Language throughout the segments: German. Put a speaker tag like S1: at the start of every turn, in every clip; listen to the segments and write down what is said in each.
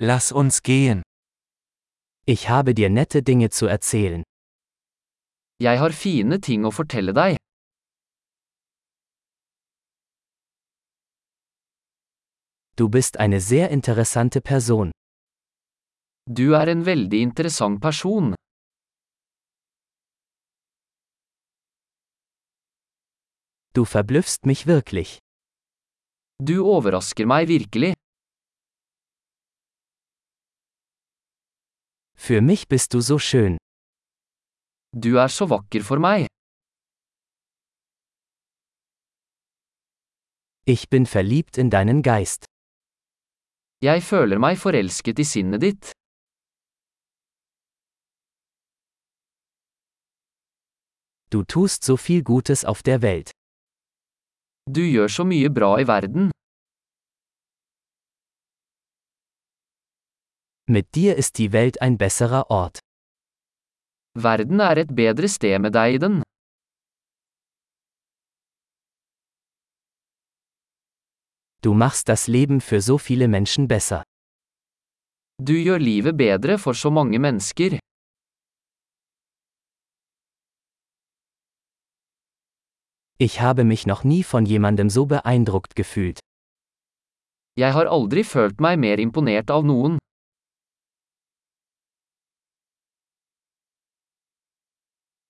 S1: Lass uns gehen.
S2: Ich habe dir nette Dinge zu erzählen.
S3: Jeg har fine ting å fortelle deg.
S2: Du bist eine sehr interessante Person.
S3: Du er en veldig interessant person.
S2: Du verblüffst mich wirklich.
S3: Du overrasker meg virkelig.
S2: Für mich bist du so schön.
S3: Du er så vakker for meg.
S2: Ich bin verliebt in deinen Geist.
S3: Jeg føler meg forelsket i sinnet ditt.
S2: Du tust so viel Gutes auf der Welt.
S3: Du gjør så mye bra i verden.
S2: Mit dir ist die Welt ein besserer Ort.
S3: Verden er et bedre sted med deg i den.
S2: Du machst das Leben für so viele Menschen besser.
S3: Du gjør livet bedre for så mange mennesker.
S2: Ich habe mich noch nie von jemandem so beeindruckt gefühlt.
S3: Jeg har aldri følt meg mer imponert av noen.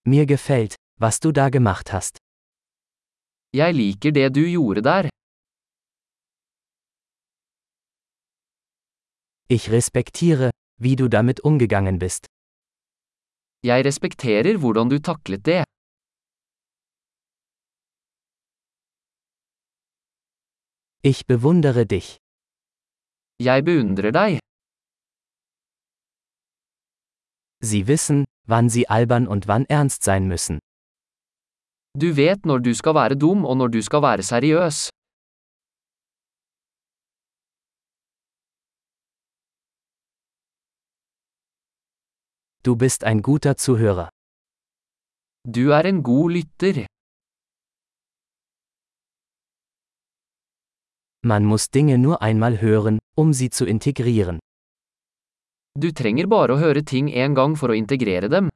S2: Mir gefällt, was du da gemacht hast.
S3: Jeg liker det du gjorde der.
S2: Ich respektiere, wie du damit umgegangen bist.
S3: Jeg respekterer hvordan du taklet det.
S2: Ich bewundere dich.
S3: Jeg beundrer deg.
S2: Sie wissen, wann sie albern und wann ernst sein müssen.
S3: Du vet når du skal være dum og når du skal være seriøs.
S2: Du bist ein guter Zuhörer.
S3: Du er en god lytter.
S2: Man muss Dinge nur einmal hören, um sie zu integrieren.
S3: Du trenger bare å høre ting en gang for å integrere dem.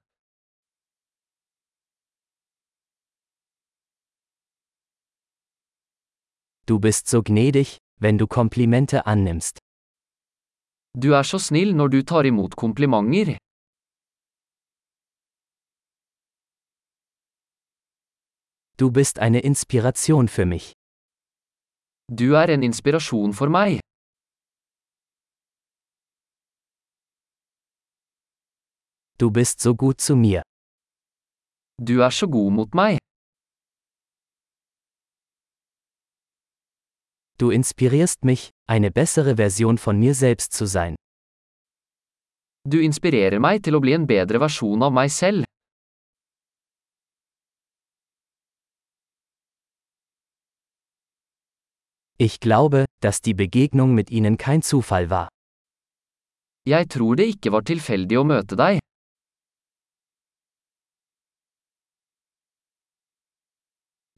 S2: Du bist so gnädig, wenn du Komplimente annimmst.
S3: Du er så snill når du tar imot komplimenter.
S2: Du bist eine Inspiration für mich.
S3: Du er en inspirasjon for meg.
S2: Du bist so gut zu mir.
S3: Du er så god mot meg.
S2: Du inspirierst mich, eine bessere Version von mir selbst zu sein.
S3: Du inspirerer meg til å bli en bedre versjon av meg selv.
S2: Ich glaube, dass die Begegnung mit ihnen kein Zufall war.
S3: Jeg tror det ikke var tilfeldig å møte deg.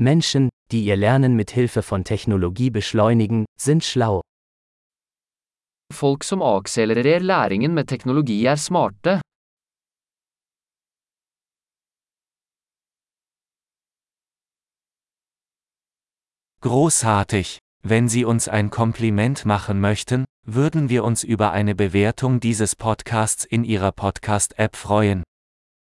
S2: Menschen, die ihr Lernen mit Hilfe von Technologie beschleunigen, sind schlau.
S3: Folk som akselererer læringen med teknologi er smarte.
S1: Großartig. Wenn Sie uns ein Kompliment machen möchten, würden wir uns über eine Bewertung dieses Podcasts in Ihrer Podcast-App freuen.